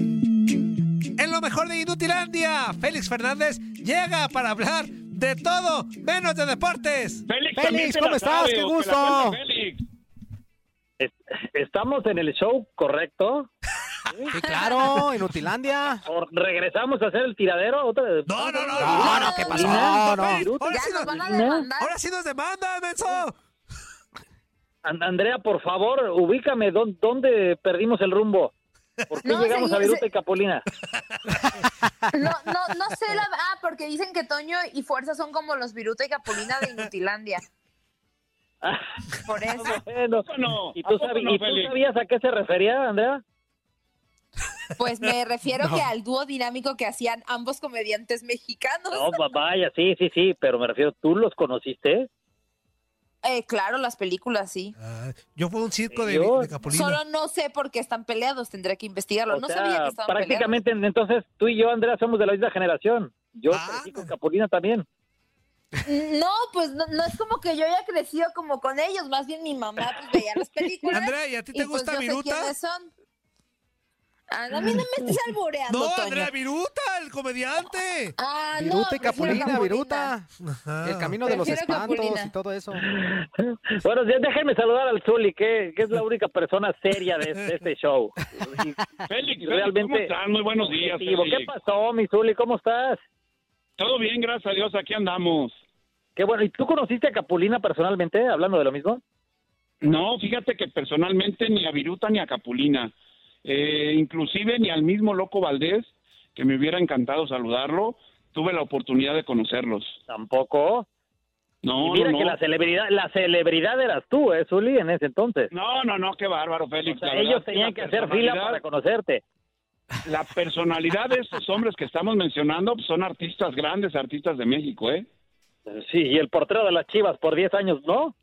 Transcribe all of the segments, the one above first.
En lo mejor de Inutilandia, Félix Fernández llega para hablar de todo menos de deportes. Félix, Félix, también te la ¿cómo estás? sabe, ¡Qué o te la gusto! cuenta, Félix. Es- ¿Estamos en el show correcto? Sí, claro, Inutilandia. ¿O regresamos a hacer el tiradero? ¿Otra vez? No, no, no. No, no, ¿qué pasó? No, No, Félix, no. Ahora, Ya sí nos nos, van a demandar. ahora sí nos demandan, menso. An- Andrea, por favor, ubícame. ¿dó- ¿Dónde perdimos el rumbo? ¿Por qué No, llegamos señor, a Viruta se- y Capulina? No, no, no sé la. Ah, porque dicen que Toño y Fuerza son como los Viruta y Capulina de Inutilandia. Por eso. Bueno, Bueno, ¿y ¿a tú, poco sabi- no, y tú Félix? sabías a qué se refería, Andrea? Pues me refiero que al dúo dinámico que hacían ambos comediantes mexicanos. No, va- vaya, sí, sí, sí, pero me refiero, ¿tú los conociste? Eh, claro, las películas sí. Ah, yo fui a un circo de, Dios. de Capulina. Solo no sé por qué están peleados, tendré que investigarlo. O no sea, sabía que estaban peleados. prácticamente, entonces, tú y yo, Andrea, somos de la misma generación. Yo Ah. crecí con Capulina también. No, pues no, no es como que yo haya crecido como con ellos, más bien mi mamá pues, veía las películas. Andrea, ¿y a ti te y, pues, gusta yo sé Viruta? quiénes son. Ah, no, a mí no me estés albureando, No, Toño. Andrea Viruta, el comediante. Ah, no, Viruta y prefiero Capulina, Viruta. Ajá. El camino de los Prefiero espantos Capulina. y todo eso. Bueno, ya déjenme saludar al Zuli, que, que es la única persona seria de, de este show. Y- Félix, Félix, Realmente- ¿cómo estás? Muy buenos días, objetivo. ¿Qué Félix. pasó, mi Zuli? ¿Cómo estás? Todo bien, gracias a Dios, aquí andamos. Qué bueno. ¿Y tú conociste a Capulina personalmente, hablando de lo mismo? No, fíjate que personalmente ni a Viruta ni a Capulina, eh, inclusive ni al mismo Loco Valdés, que me hubiera encantado saludarlo, tuve la oportunidad de conocerlos. Tampoco. No, y mira no, que no. la celebridad, la celebridad eras tú, ¿eh, Zuli, en ese entonces? No, no, no, qué bárbaro, Félix. O sea, la verdad ellos que tenían la que hacer fila personalidad- para conocerte. La personalidad de estos hombres que estamos mencionando pues, son artistas grandes, artistas de México, ¿eh? Sí, y el portero de las Chivas por 10 años, ¿no?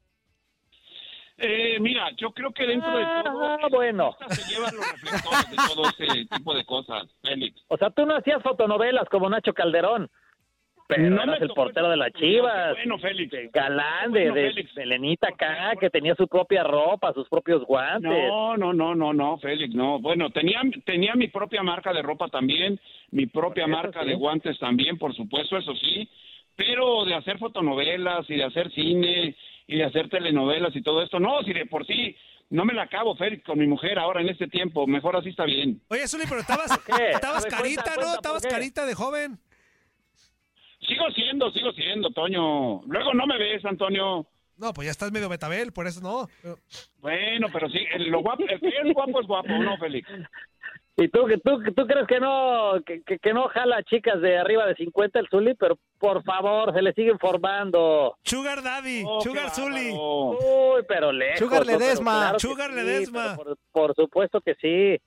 Eh, mira, yo creo que dentro de todo... Ah, bueno. Se llevan los reflectores de todo ese tipo de cosas, Félix. O sea, tú no hacías fotonovelas como Nacho Calderón, pero No me eras el tocó portero de las esa oportunidad, Chivas. qué Bueno, Félix. Galán Qué de, bueno, de Félix. Melenita acá, Porque- que tenía su propia ropa, sus propios guantes. No, no, no, no, no, Félix, no. Bueno, tenía, tenía mi propia marca de ropa también, mi propia Por eso marca sí. de guantes también, por supuesto, eso sí. Pero de hacer fotonovelas y de hacer cine y de hacer telenovelas y todo esto, no, si de por sí no me la acabo, Félix, con mi mujer ahora en este tiempo, mejor así está bien. Oye, Zuli, pero estabas, qué? estabas A ver, carita, cuenta, cuenta, ¿no? ¿por Estabas qué? carita de joven. Sigo siendo, sigo siendo, Toño. Luego no me ves, Antonio. No, pues ya estás medio betabel, por eso no. Pero- Bueno, pero sí, el, lo guapo, el que es guapo es guapo, ¿no, Félix? ¿Y tú, que tú, tú crees que no, que, que- que no jala chicas de arriba de 50 el Zuli? Pero por favor, se le siguen formando. Sugar Daddy, Oh, qué Sugar Zuli. bárbaro. Uy, pero lejos. Sugar ¿no? Pero Ledesma. que Sugar sí, Ledesma. pero Por, por supuesto que sí.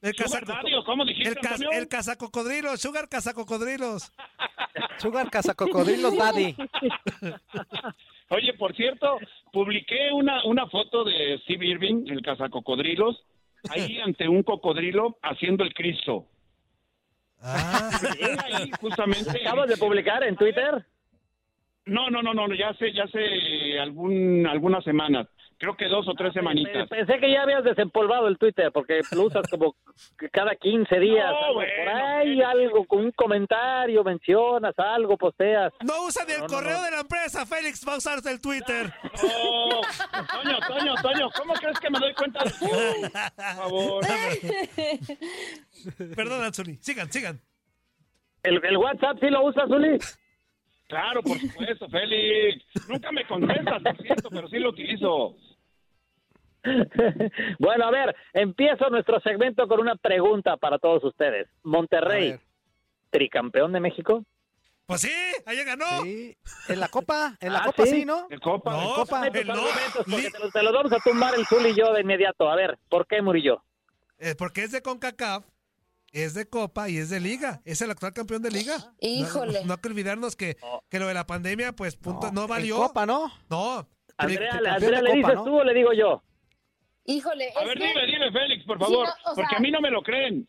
El Sugar casaco- Daddy, ¿o ¿Cómo dijiste, El, cas- Antonio? el cazacocodrilos, Sugar cazacocodrilos. Sugar Cazacocodrilos Daddy. Oye, por cierto, publiqué una, una foto de Steve Irving, el cazacocodrilos, ahí ante un cocodrilo haciendo el Cristo. Ah, Era ahí justamente. Acabas de publicar en Twitter. No, no, no, no, ya hace, ya hace algún, algunas semanas. Creo que dos o tres semanitas. Pe- Pensé que ya habías desempolvado el Twitter porque lo usas como que cada 15 días. No, algo bueno, por ahí bueno. algo, con un comentario, mencionas algo, posteas. no usa ni el No, no, correo no. de la empresa, Félix, va a usar el Twitter. Oh, Toño, Toño, Toño, ¿cómo crees que me doy cuenta? de- Por favor. Perdón, Zuli. Sigan, sigan. ¿El, el WhatsApp sí lo usas, Zuli? Claro, por supuesto, Félix. Nunca me contestas, por cierto, pero sí lo utilizo. bueno, a ver, empiezo nuestro segmento con una pregunta para todos ustedes. A Monterrey, ver, tricampeón de México. Pues sí, ayer ganó. sí. En la copa, en la Ah, copa sí. sí, ¿no? De copa. No, de copa. Copa. eh, Tus no. argumentos, porque Li- te, los, te los vamos a tumbar el Zuli y yo de inmediato. A ver, ¿por qué Murillo? eh, porque es de CONCACAF, es de Copa y es de Liga. Es el actual campeón de Liga. No- Híjole. No, hay que olvidarnos que, Oh. que lo de la pandemia, pues, punto, no, en valió. copa, ¿no? No. Andrea, tricampeón Andrea, de ¿le Copa, dices ¿no? tú o le digo yo? Híjole, A es ver, que dime, dime, Félix, por favor, Sí, no, o porque sea- a mí no me lo creen.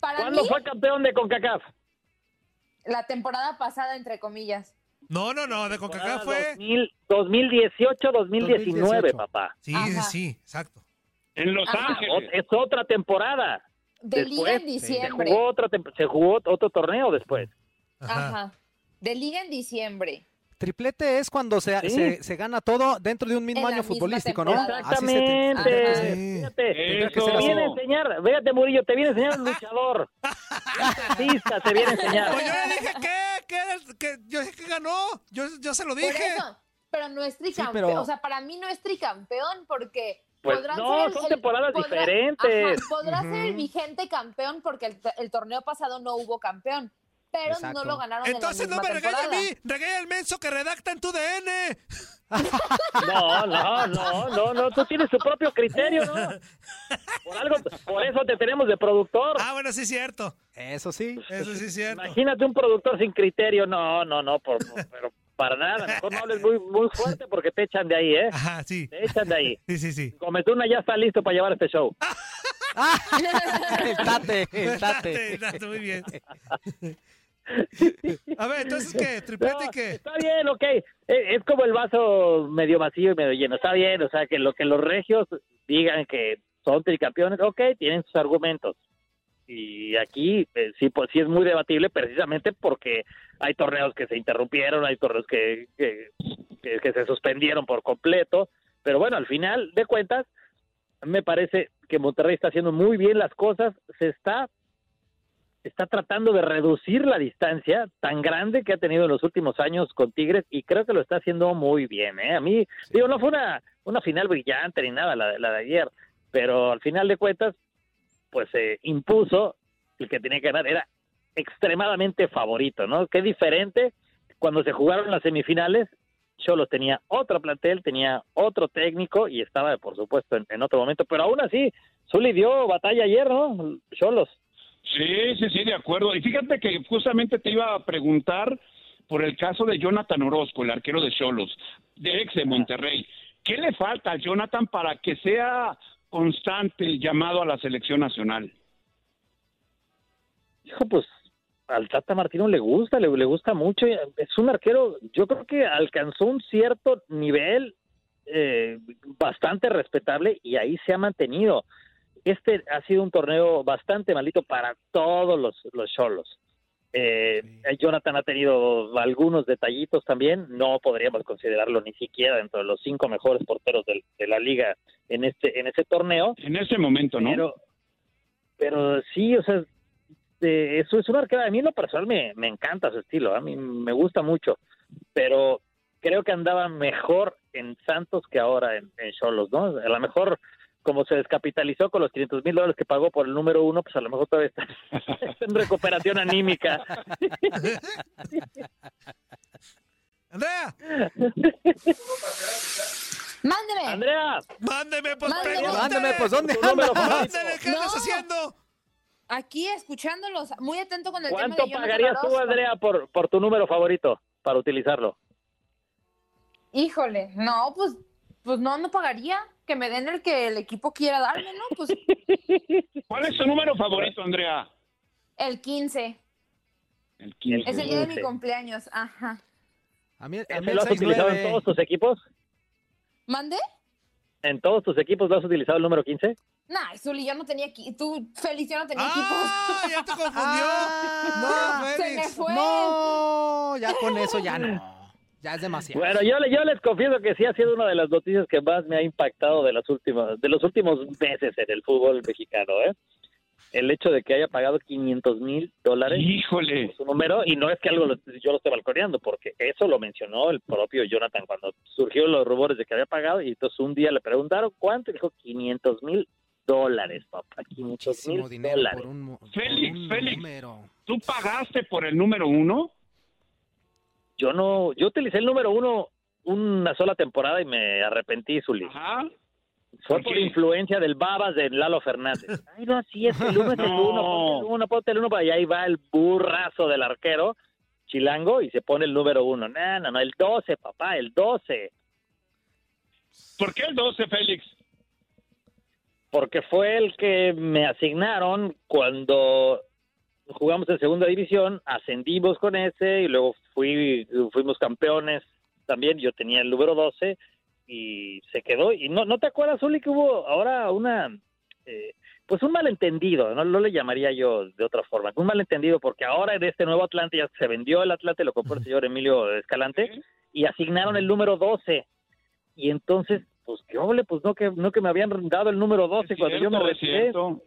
para mí ¿Cuándo fue campeón de CONCACAF? la temporada pasada, entre comillas. No, no, no, de CONCACAF fue. 2018-2019, 2018. papá. Sí, Ajá. sí, exacto. En Los Ajá. O- Ángeles. Es otra temporada. De liga en Después, Se diciembre. jugó, otra tem- se jugó otro torneo después. Ajá. De liga en diciembre. Triplete es cuando se, Sí. se, se gana todo dentro de un mismo En la año misma futbolístico, ¿no? temporada. Así se ah, tri- Exactamente. tendría que Ajá. ser. Fíjate, Tendría que ser te así. viene a enseñar, fíjate Murillo, te viene a enseñar el luchador. Artista, te viene a enseñar. Pues yo le dije que, que, que yo dije que ganó. Yo, yo se lo Por dije. eso. Pero no es tricampeón. pero- O sea, para mí no es tricampeón porque. Pues podrá no, ser el- son el- temporadas podrá- diferentes. ajá, podrá ser el vigente campeón porque el, el torneo pasado no hubo campeón. Pero Exacto. no lo ganaron en la Entonces no misma me regañe a temporada. mí, regañe al menso que redacta en tu DN. No, no, no, no, no, tú tienes tu propio criterio, ¿no? Por algo, por eso te tenemos de productor. Ah, bueno, sí es cierto. Eso sí. Eso sí es cierto. Imagínate un productor sin criterio, no, no, no, por- por- pero para nada, mejor no hables muy, muy fuerte porque te echan de ahí, ¿eh? Ajá, sí. Te echan de ahí. Sí, sí, sí. Cometuna ya está listo para llevar este show. El tate, Date, el tate. date, muy bien. A ver, entonces qué, triplete y No, qué. Está bien, ok. Es, es como el vaso medio vacío y medio lleno. Está bien, o sea, que lo que los regios digan que son tricampeones, ok, tienen sus argumentos. Y aquí eh, sí, pues sí es muy debatible precisamente porque hay torneos que se interrumpieron, hay torneos que, que, que- que se suspendieron por completo. Pero bueno, al final de cuentas, me parece que Monterrey está haciendo muy bien las cosas, se está está tratando de reducir la distancia tan grande que ha tenido en los últimos años con Tigres y creo que lo está haciendo muy bien. ¿eh? A mí, digo, no fue una, una final brillante ni nada la, de- la de ayer, pero al final de cuentas, pues se impuso el que tenía que ganar. Era extremadamente favorito, ¿no? Qué diferente cuando se jugaron las semifinales. Cholos tenía otro plantel, tenía otro técnico y estaba, por supuesto, en, en otro momento. Pero aún así, Zuli dio batalla ayer, ¿no? Cholos. Sí, sí, sí, de acuerdo. Y fíjate que justamente te iba a preguntar por el caso de Jonathan Orozco, el arquero de Cholos, de ex de Monterrey. ¿Qué le falta a Jonathan para que sea constante el llamado a la selección nacional? Hijo, pues al Tata Martino le gusta, le, le gusta mucho. Es un arquero, yo creo que alcanzó un cierto nivel eh, bastante respetable y ahí se ha mantenido. Este ha sido un torneo bastante malito para todos los los cholos. Eh, Jonathan ha tenido algunos detallitos también. No podríamos considerarlo ni siquiera dentro de los cinco mejores porteros del- de, la liga en este en ese torneo. En ese momento, ¿no? Pero, pero sí, o sea, eh, eso es una arquera. A mí en lo personal me, me encanta su estilo, a mí me gusta mucho, pero creo que andaba mejor en Santos que ahora en Cholos, ¿no? A lo mejor como se descapitalizó con los 500 mil dólares que pagó por el número uno, pues a lo mejor todavía está en recuperación anímica. Andrea, Mándeme. Andrea, mándeme, pues Mándeme. pregúntale. Mándame, pues, ¿dónde Tu número anda? favorito. Mándale, ¿qué No. estás haciendo? Aquí escuchándolos, muy atento con el tema de ¿cuánto Jonathan pagarías tú, Orozco. Andrea, por, por tu número favorito para utilizarlo? Híjole, no, pues, pues no, no pagaría. Que me den el que el equipo quiera darme, ¿no? Pues ¿Cuál es tu número favorito, Andrea? el 15. El Es el día de mi 15. cumpleaños. Ajá. A mí, a mí ¿Ese el ¿Lo has utilizado en 6-9. todos tus equipos? ¿Mandé? ¿En todos tus equipos lo has utilizado el número 15? Nah, Zuli, yo no tenía equipo. Tú, Félix, yo no tenía ¡Ah! ¡Ya te confundió! ¡No, Ah, equipo. Se me Félix! fue. No, ya con eso ya no. Ya es demasiado. Bueno, yo, le- yo les confieso que sí ha sido una de las noticias que más me ha impactado de, las últimas, de los últimos meses en el fútbol mexicano, ¿eh? El hecho de que haya pagado 500 mil dólares Híjole. por su número, y no es que algo lo- yo lo esté balconeando, porque eso lo mencionó el propio Jonathan cuando surgieron los rumores de que había pagado, y entonces un día le preguntaron cuánto, y dijo 500 mil dólares, papá, 500 mil Muchísimo dinero dólares. por un, mu- por Félix, un Félix. número. ¿Tú pagaste por el número uno? Yo no, yo utilicé el número uno una sola temporada y me arrepentí, Zuli. Ajá. Fue ¿Por por qué? influencia del Babas de Lalo Fernández. Ay, no, así es, el uno es el No. uno, ponte el uno, ponte el uno, para allá ahí va el burrazo del arquero, Chilango, y se pone el número uno. No, no, no, el 12, papá, el 12. ¿Por qué el 12, Félix? Porque fue el que me asignaron cuando jugamos en segunda división, ascendimos con ese y luego fui, fuimos campeones también, yo tenía el número 12 y se quedó. Y no, ¿no te acuerdas, Uli, que hubo ahora una, eh, pues un malentendido, no, no le llamaría yo de otra forma, un malentendido porque ahora en este nuevo Atlante ya se vendió el Atlante, lo compró el señor Emilio Escalante y asignaron el número 12. Y entonces, pues qué ole, pues no que, no que me habían dado el número 12 Es cuando yo me cierto, es retiré. cierto.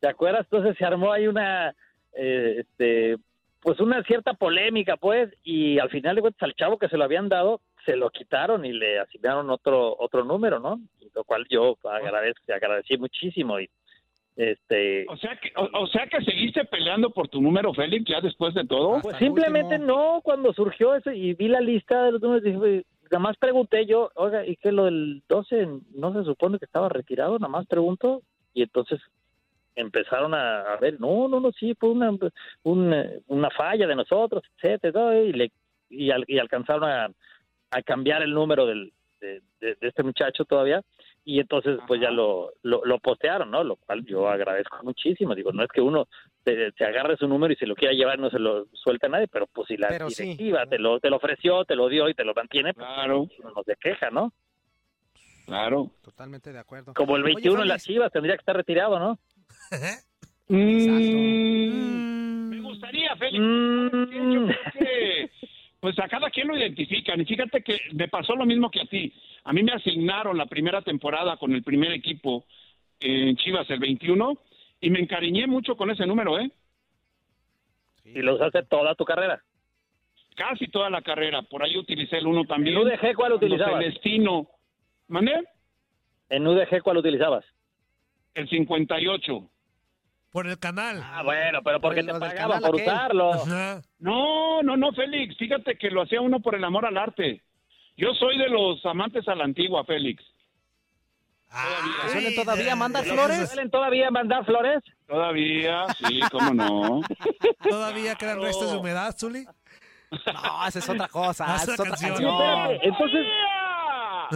¿Te acuerdas? Entonces se armó ahí una, eh, este, pues una cierta polémica, pues, y al final de cuentas al chavo que se lo habían dado, se lo quitaron y le asignaron otro otro número, ¿no? Y Lo cual yo agradezco, agradecí muchísimo y, este, O sea, que, o, o sea que seguiste peleando por tu número, Félix, ya después de todo. pues hasta el simplemente último. no, cuando surgió eso y vi la lista de los números, dije, "Uy", nada más pregunté yo, oiga, ¿y que lo del 12 no se supone que estaba retirado? Nada más pregunto. Y entonces empezaron a, a ver, no, no, no, sí, fue una, una, una falla de nosotros, etcétera, ¿no? y, le, y, al- y alcanzaron a, a cambiar el número del, de, de- de este muchacho todavía. Y entonces, pues ya lo, lo, lo postearon, ¿no? Lo cual yo agradezco muchísimo. Digo, no es que uno se, se agarre su número y se lo quiera llevar, no se lo suelta a nadie, pero pues si la Pero sí. directiva te, lo, te lo ofreció, te lo dio y te lo mantiene, pues Claro, uno no se queja, ¿no? claro. Totalmente de acuerdo. Como el Oye, 21 en Félix. las chivas tendría que estar retirado, ¿no? Mm, Me gustaría, Félix. Mm. que, pues a cada quien lo identifican. Y fíjate que me pasó lo mismo que a ti. A mí me asignaron la primera temporada con el primer equipo en Chivas, el 21, y me encariñé mucho con ese número, ¿eh? Y lo usaste toda tu carrera. Casi toda la carrera. Por ahí utilicé el uno también. ¿En UDG cuál Cuando utilizabas? Celestino. ¿Mandé? ¿En UDG cuál utilizabas? El 58. Por el canal. Ah, bueno, pero porque Pues te los del pagaban canal por aquel. usarlo. Ajá. No, no, no, Félix. Fíjate que lo hacía uno por el amor al arte. Yo soy de los amantes a la antigua, Félix. Ah, ¿Te suelen todavía mandar de- flores? ¿Suelen todavía mandar flores? Todavía, sí, cómo no. ¿Todavía quedan restos de humedad, Zuli? No, esa es otra cosa. Ah, esa es esa otra canción. canción. Oye, espérate, entonces, Ah.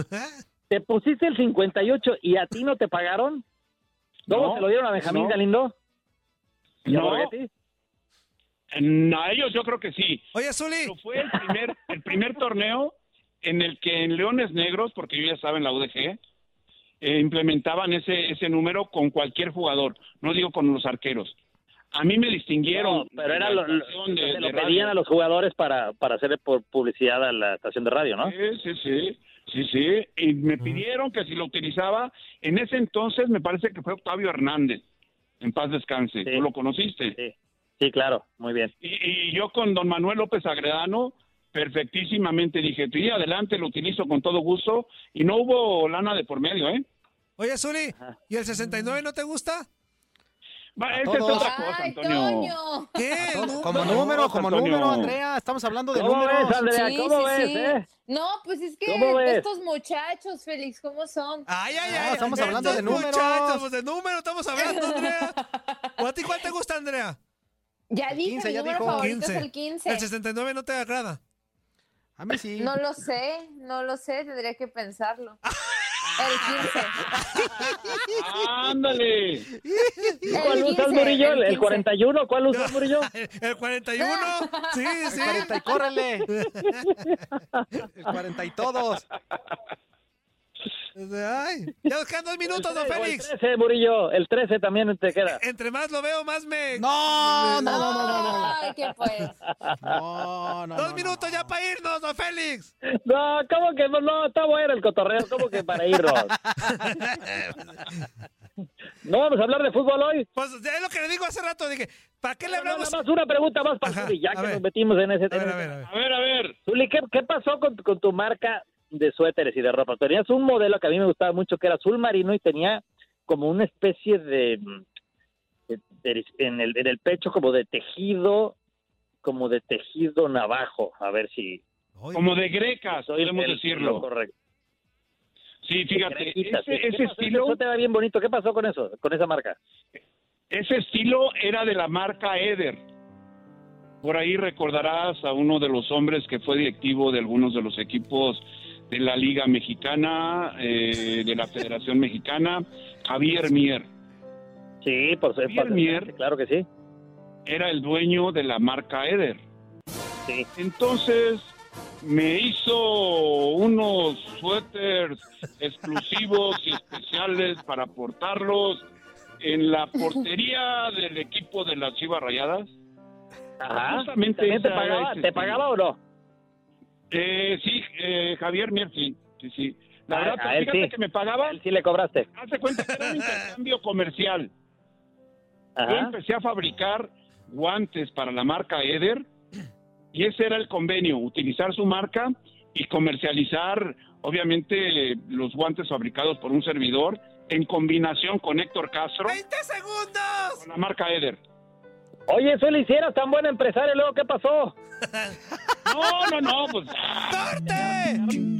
¿te pusiste el 58 y a ti no te pagaron? ¿Luego No, se lo dieron a Benjamín no. Galindo? ¿Y a No. Borghetti? Mm, A ellos yo creo que sí. Oye, Zuli, Pero fue el primer, el primer torneo en el que en Leones Negros, porque yo ya estaba en la UDG, eh, implementaban ese, ese número con cualquier jugador, no digo con los arqueros. A mí me distinguieron. No, pero de era la lo, lo- estación de- se lo de radio. pedían a los jugadores para, para hacerle por publicidad a la estación de radio, ¿no? Sí, sí, sí. Sí, sí. Y me pidieron que si lo utilizaba, en ese entonces me parece que fue Octavio Hernández. En paz descanse. Sí. Tú lo conociste. Sí, sí claro, muy bien. Y, y yo con don Manuel López Agredano, perfectísimamente dije, tú y adelante, lo utilizo con todo gusto. Y no hubo lana de por medio, ¿eh? oye, Zuli, ¿y el 69 no te gusta? Va, A esa es todos. otra cosa, Ay, Antonio. Toño. ¿Qué? Todo- No, Como no. número, como Antonio. número, Andrea. Estamos hablando de ¿Cómo ves, números. Andrea? Sí, ¿Cómo sí, ves, sí. eh? No, pues es que ¿Cómo ves? estos muchachos, Félix, ¿cómo son? Ay, ay, No, ay. estamos hablando estos de números. muchachos, pues, de número estamos hablando, Andrea. ¿O a ti cuál te gusta, Andrea? Ya El dije, 15, mi ya número dijo. favorito es 15. el 15. El 69 no te agrada. A mí sí. No lo sé, no lo sé, tendría que pensarlo. El 15. Ándale. El ¿Cuál 15, usas, Murillo? el ¿El 15. 41? ¿Cuál usas, Murillo? El 41. Sí, El sí. 40 y córrele. El 40 y todos. Ay, ya nos quedan dos minutos, don O Félix. El 13, Murillo. El 13 también te queda. Entre más lo veo, más me. No, no, no, no, no, no. Ay, qué pues. No, no, dos no, minutos no. ya para irnos, don Félix. No, ¿cómo que no? No, está bueno el cotorreo. ¿Cómo que para irnos? ¿No vamos a hablar de fútbol hoy? Pues es lo que le digo hace rato. Dije, ¿para qué le hablamos? Nada más una pregunta más para Ajá, Zuli, ya a que ver. nos metimos en ese A ver, tema. a ver, a ver. A ver, a ver. Zuli, ¿qué, qué pasó con, con tu marca de suéteres y de ropa? Tenías un modelo que a mí me gustaba mucho, que era azul marino y tenía como una especie de... mm, de- de- en, el, en el pecho como de tejido, como de tejido navajo. A ver si... Oye, Como de grecas, soy podemos el- lo Ah, decirlo. correcto. Sí, fíjate. Grequitas, Ese, ¿qué ese pasó? Ese estilo. suéter era bien bonito. ¿Qué pasó con eso, con esa marca? Ese estilo era de la marca Eder. Por ahí recordarás a uno de los hombres que fue directivo de algunos de los equipos de la Liga Mexicana, eh, de la Federación Mexicana, Javier Mier. Sí, por Javier supuesto. Mier. Claro que sí. Era el dueño de la marca Eder. Sí. Entonces, me hizo unos suéteres exclusivos y especiales para portarlos en la portería del equipo de las Chivas Rayadas. Ajá. Justamente ¿También te esa pagaba, es, este, te pagaba o no? Eh, sí, eh, Javier Mier, sí, sí, sí. La A- verdad, Ah, a él fíjate sí. que me pagaban, Sí le cobraste. hace cuenta que era un intercambio comercial. Yo Ajá. empecé a fabricar guantes para la marca Eder y ese era el convenio, utilizar su marca y comercializar, obviamente, los guantes fabricados por un servidor en combinación con Héctor Castro ¡20 segundos! con la marca Eder. Oye, eso le hicieras tan buen empresario, luego, ¿qué pasó? No, no, no, pues ¡Corte!